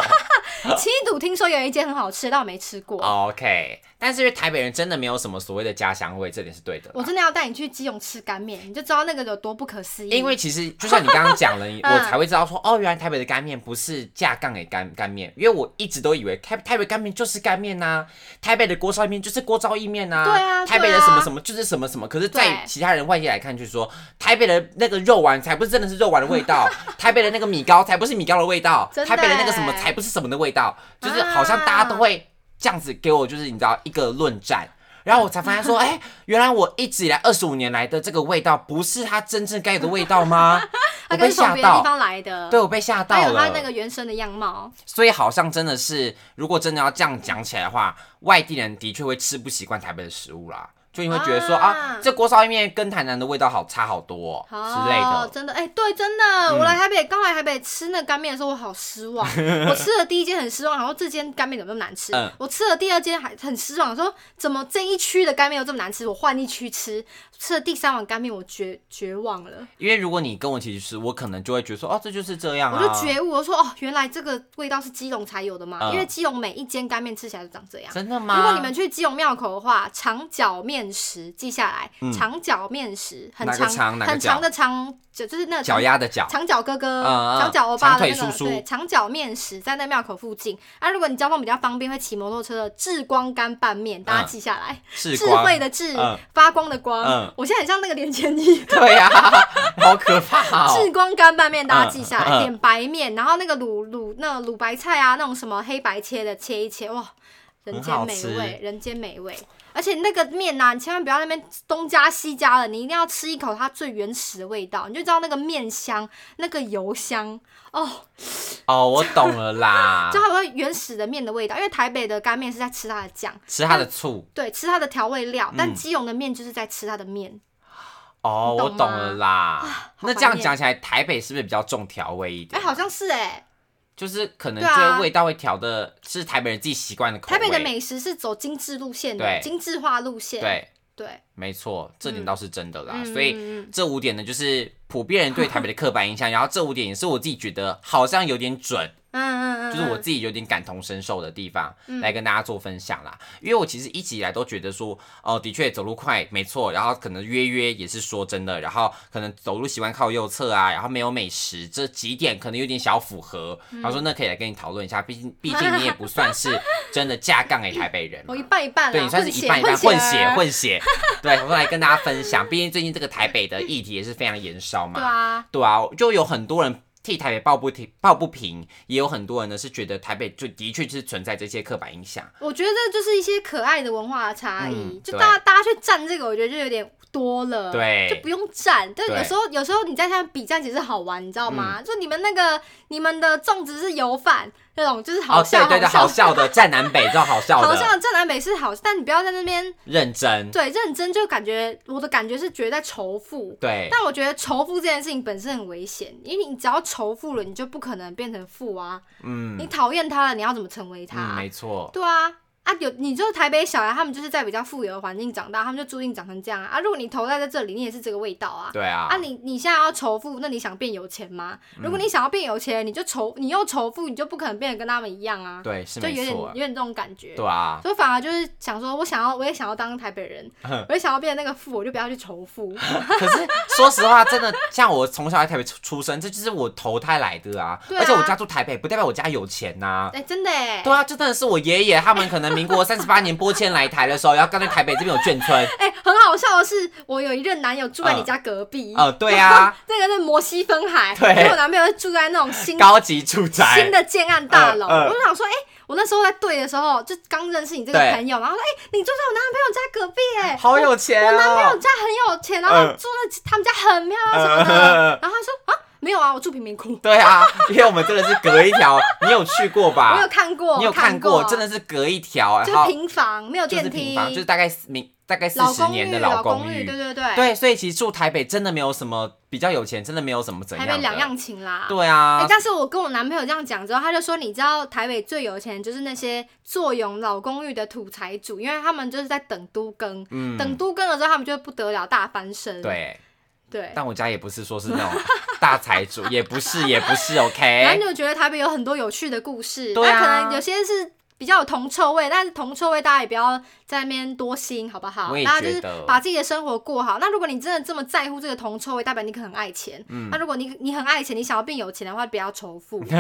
S2: 七堵听说有一间很好吃，但我没吃过。
S1: 哦，OK，但是因为台北人真的没有什么所谓的家乡味，这点是对的啦。
S2: 我真的要带你去基隆吃干面，你就知道那个有多不可思议。
S1: 因为其实就像你刚刚讲了， 你
S2: 嗯
S1: 我才会知道说，哦，原来台北的干面不是架杠的干干面，因为我一直都以为台台北干面就是干面呐、台北的锅烧意面就是锅烧意面呐、
S2: 对啊
S1: 台北
S2: 对
S1: 的
S2: 啊
S1: 什么什么就是什么什么，可是，在
S2: 对
S1: 其他人外界来看，就说台北的那个肉丸才不是真的是肉丸的味 道，台北的那个米糕才不是米糕的味道，
S2: 真的
S1: 台北的那个什么
S2: 欸啊
S1: 才不是什么的味道，就是好像大家都会这样子给我，就是你知道一个论战。然后我才发现说，哎、原来我一直以来二十五年来的这个味道，不是它真正该有的味道吗？
S2: 它
S1: 我
S2: 跟
S1: 被
S2: 是从
S1: 吓
S2: 别的地
S1: 到，
S2: 方来的，
S1: 对我被吓
S2: 还
S1: 到
S2: 有它那
S1: 了。
S2: 个原生的样貌。
S1: 所以好像真的是，如果真的要这样讲起来的话，外地人的确会吃不习惯台北的食物啦，就你会觉得说啊
S2: 啊
S1: 这锅烧意面跟台南的味道好差好多、哦、之类
S2: 哦
S1: 的。嗯
S2: 真的，哎、对，真的，我来台北，刚来台北吃那干面的时候，我好失 望。我吃了第一间很失望，然后这间干面怎么那么难吃？
S1: 嗯
S2: 我吃了第二间还很失望，说怎么这一区的干面又这么难吃？我换一区吃，吃了第三碗干面，我绝绝望了，
S1: 因为如果你跟我一起去吃，我可能就会觉得说，哦，这就是这样啊。
S2: 我就觉悟，我说哦，原来这个味道是基隆才有的嘛，
S1: 嗯
S2: 因为基隆每一间干面吃起来都长这样。
S1: 真的吗？
S2: 如果你们去基隆庙口的话，长角面食记下来，
S1: 嗯
S2: 长角面食很
S1: 哪个
S2: 长
S1: 长哪个
S2: 很
S1: 角
S2: 长的长，就就是那个
S1: 脚丫的脚，
S2: 长脚哥哥、
S1: 嗯嗯
S2: 长脚欧巴的那
S1: 长腿
S2: 个
S1: 叔叔
S2: 对长脚面食，在那庙口附近。啊，如果你交通比较方便，会骑摩托车的智光干拌面，大家记下来。
S1: 嗯智
S2: 智
S1: 光
S2: 慧的智，
S1: 嗯
S2: 发光的光。
S1: 嗯
S2: 我现在很像那个连千亿。
S1: 对呀、 好可怕
S2: 智
S1: 哦！
S2: 光干拌面，大家记下
S1: 嗯
S2: 来。
S1: 嗯
S2: 点白面，然后那个卤卤那个卤白菜啊，那种什么黑白切的切一切，哇，人
S1: 很好
S2: 间美
S1: 吃
S2: 味，人间美味。而且那个面呐、你千万不要在那边东加西加了，你一定要吃一口它最原始的味道，你就知道那个面香、那个油香哦，
S1: 哦，我懂了啦
S2: 就，它有个原始的面的味道，因为台北的干面是在吃它的酱，
S1: 吃它的醋。
S2: 对，吃它的调味料，但
S1: 嗯
S2: 基隆的面就是在吃它的面。
S1: 哦，
S2: 你懂
S1: 我懂
S2: 吗啊
S1: 了啦。
S2: 好
S1: 那
S2: 怀
S1: 这样
S2: 念
S1: 讲起来，台北是不是比较重调味一
S2: 哎、
S1: 点？
S2: 好像是哎、
S1: 就是可能
S2: 对啊
S1: 这味道会调的是台北人自己习惯的口味。
S2: 台北的美食是走精致路线的，
S1: 对
S2: 精致化路线。
S1: 对，
S2: 对，
S1: 没错，这点
S2: 嗯
S1: 倒是真的啦。
S2: 嗯
S1: 所以
S2: 嗯嗯
S1: 这五点呢，就是普遍人对台北的刻板印象，然后这五点也是我自己觉得好像有点准，
S2: 嗯嗯嗯，
S1: 就是我
S2: 嗯
S1: 自己有点感同身受的地方，来跟大家做分享啦。因为我其实一直以来都觉得说，哦，的确走路快，没错，然后可能约约也是说真的，然后可能走路习惯靠右侧啊，然后没有美食这几点可能有点小符合。然后说
S2: 嗯
S1: 那可以来跟你讨论一下，毕竟毕竟你也不算是真的架杠给台北人嘛
S2: 哦我一半一半啦，
S1: 对你算是一半一半
S2: 混
S1: 混血
S2: 儿
S1: 混血，对，我们来跟大家分享，毕竟最近这个台北的议题也是非常延烧嘛，
S2: 对啊，
S1: 对啊，就有很多人替台北抱不平，抱不平，也有很多人呢是觉得台北就的确是存在这些刻板印象。
S2: 我觉得这就是一些可爱的文化差异，
S1: 嗯
S2: 就
S1: 对
S2: 大家大家去站这个，我觉得就有点多了。。呃就
S1: 对
S2: 不用站，但
S1: 对嗯
S2: 有时候有时候你在下面比战其实好玩，你知道吗？就你们那个你们的粽子是油饭那种，就是好
S1: 哦，
S2: 笑、
S1: 对对对，好
S2: 好笑
S1: 笑的，在南北这种好笑
S2: 好
S1: 的，嗯
S2: 笑。正南美是好，但你不要在那边
S1: 认真，
S2: 对认真，就感觉我的感觉是觉得在仇富。
S1: 对，
S2: 但我觉得仇富这件事情本身很危险，因为你只要仇富了，你就不可能变成富啊。
S1: 嗯
S2: 你讨厌他了，你要怎么成为他、
S1: 嗯，没错，
S2: 对啊。啊，有你就是台北小孩，他们就是在比较富有的环境长大，他们就注定长成这样啊。啊，如果你投胎在这里，你也是这个味道啊。
S1: 对啊嗯
S2: 啊，，你你现在要仇富，那你想变有钱吗？如果你想要变有钱，你就仇，你又仇富，你就不可能变得跟他们一样啊，
S1: 对是
S2: 就有
S1: 没
S2: 点
S1: 错
S2: 有，点这种感觉。
S1: 对啊，
S2: 所以反而就是想说，我想要，我也想要当台 北人，我也想要变那个富，我就不要去仇富。
S1: 可是说实话，真的像我从小在台北出出生，这就是我投胎来的啊。
S2: 对啊
S1: 而且我家住台北，不代表我家有钱呐、
S2: 哎、真的哎、
S1: 对啊，这真的是我爷爷他们可能民国三十八年拨迁来台的时候，然后刚才台北这边有眷 村。
S2: 哎、很好笑的是，我有一任男友住在你家隔壁，
S1: 呃，对 啊，
S2: 那个是摩西分海，
S1: 对
S2: 因为我男朋友是住在那种 新
S1: 高级住
S2: 新
S1: 宅。
S2: 的建案大楼，
S1: 嗯嗯
S2: 我就想说，哎、我那时候在对的时候，就刚认识你这个
S1: 对
S2: 朋友，然后说，哎、你住在我男朋友家隔壁、哎，
S1: 好有钱
S2: 我男朋
S1: 哦
S2: 友！家很有钱，然后
S1: 嗯
S2: 住在他们家很漂亮什么的，然后他说啊，没有啊，我住贫民窟，
S1: 呃对啊，因为我们真的是隔一条，你有去过
S2: 我有
S1: 吧？
S2: 看过，
S1: 啊你有
S2: 看
S1: 过，真
S2: 的
S1: 的是隔一条，然
S2: 就是
S1: 后
S2: 平房，没有
S1: 就是
S2: 电梯
S1: 平，房，就是大概四明大概四
S2: 老
S1: 十
S2: 公
S1: 年
S2: 寓，
S1: 的
S2: 老
S1: 公
S2: 寓，
S1: 寓
S2: 对。对对，
S1: 对，所以其实住台北真的没有什么比较有钱，真的没有什么怎
S2: 台
S1: 样
S2: 北
S1: 的。
S2: 两样情啦。
S1: 对
S2: 哎、
S1: 啊，
S2: 但是我跟我男朋友这样讲之后，他就说，你知道台北最有钱就是那些坐拥老公寓的土财主，因为他们就是在等都更，
S1: 嗯，
S2: 等都更了之后，他们就不得了大翻身。
S1: 对，
S2: 对，
S1: 但我家也不是说是那种大财 主，也不是，也不是
S2: 然
S1: ，OK，
S2: 后就觉得台北有很多有趣的故事，
S1: 哎对啊
S2: 那可能有些是比较有铜臭味，但是铜臭味大家也不要在那边多心，好不好
S1: 我？也
S2: 大家就
S1: 觉
S2: 是
S1: 得
S2: 把自己的生活过好。那如果你真的这么在乎这个铜臭味，代表你可能很爱钱。
S1: 嗯
S2: 那如果你你很爱钱，你想要变有钱的话，不要仇富。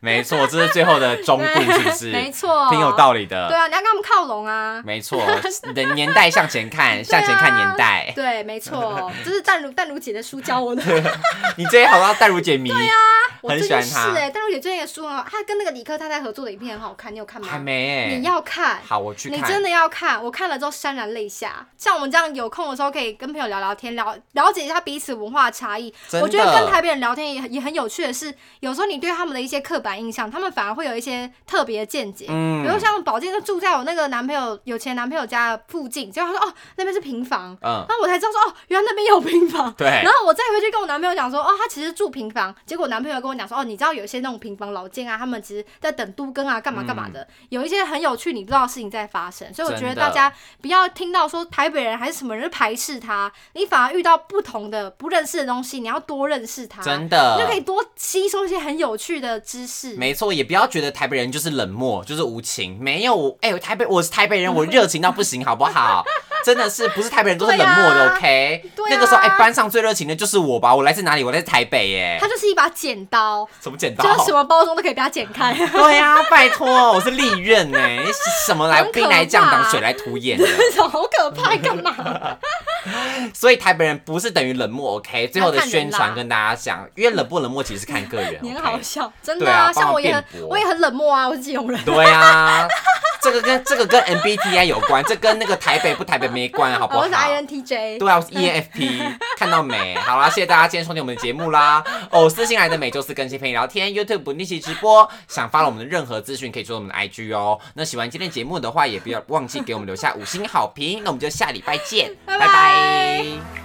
S1: 没错，这是最后的忠告，
S2: 对
S1: 嗯是不是？
S2: 没错，
S1: 挺有道理
S2: 对
S1: 的，
S2: 啊，你要跟他们靠 拢 啊。
S1: 没错，你的年代向前 看，向前看年代。
S2: 对，没错，这是淡如淡如姐的书教我 的。啊
S1: 你这些好像戴如姐迷，
S2: 我
S1: 很
S2: 最
S1: 喜
S2: 近
S1: 欢
S2: 是
S1: 她
S2: 哎、淡如姐最近的书很好，她跟那个理科太太合作的影片很好看，你有看吗？
S1: 还没
S2: 你
S1: 欸。
S2: 要看。
S1: 好，我去
S2: 你
S1: 看。
S2: 真的要看，我看了之后潸然泪下。像我们这样有空的时候，可以跟朋友聊聊天，了了解一下彼此文化差异。
S1: 真的
S2: 我觉得跟台北人聊天也很也很有趣的是，有时候你对他们的一些刻板印象，他们反而会有一些特别的见解。比如
S1: 嗯
S2: 像宝健就住在我那个男朋友有钱男朋友家的附近，结果他说哦那边是平房，
S1: 嗯，
S2: 然后我才知道说哦原来那边有平房。
S1: 对
S2: 然，后我再回去跟我男朋友讲说，哦，他其实住平房，结果我男朋友跟我讲说，哦，你知道有一些那种平房老建啊，他们其实在等都更啊，干嘛干嘛的，有一些很有趣你不知道的事情在发生，所以我觉得
S1: 嗯真的
S2: 大家不要听到说台北人还是什么人就排斥他，你反而遇到不同的不认识的东西，你要多认识他，
S1: 真
S2: 你就可以
S1: 的，
S2: 多吸收一些很有趣的知识。
S1: 没错，也不要觉得台北人就是冷漠，就是无情。没有，我哎、我台北我是台北 人，我热情到不行，好不好？真的是不是台北人都是冷漠
S2: 对
S1: 的
S2: 啊
S1: ，OK？
S2: 对啊
S1: 那个时候哎、班上最热情的就是我吧，我来自哪里？我来自台北耶
S2: 它。就是一把剪刀，
S1: 什么剪刀
S2: 就？是什么包装都可以被它 剪开。
S1: 对啊，拜托，我是利刃 呢、你是什么来
S2: 很可
S1: 兵来将挡，
S2: 怕
S1: 水来土掩的。
S2: 这种好可怕，干嘛？
S1: 所以台北人不是等于冷漠，OK？最后的宣
S2: 要看人
S1: 传
S2: 啦
S1: 跟大家讲，因为冷不冷漠其实是看个人
S2: 你很好
S1: ，OK？
S2: 笑，真的
S1: 对啊帮
S2: 像
S1: 我
S2: 我也
S1: 辩
S2: 很
S1: 驳
S2: 我也很冷漠啊，我是基隆人。
S1: 对啊，这个跟这个跟 MBTI 有关，这跟那个台北不台北没关，好不
S2: 啊
S1: 好
S2: 我？是 INTJ。
S1: 对啊，我是 ENFP，看到没？好啦，谢谢大家今天收听我们的节目啦。哦，私信来的每周四更新陪你聊天，YouTube 不定期直播。想发了我们的任何资讯，可以追踪我们的 IG 哦。那喜欢今天的节目的话，也不要忘记给我们留下五星好评。那我们就下礼拜见，
S2: 拜拜
S1: 拜拜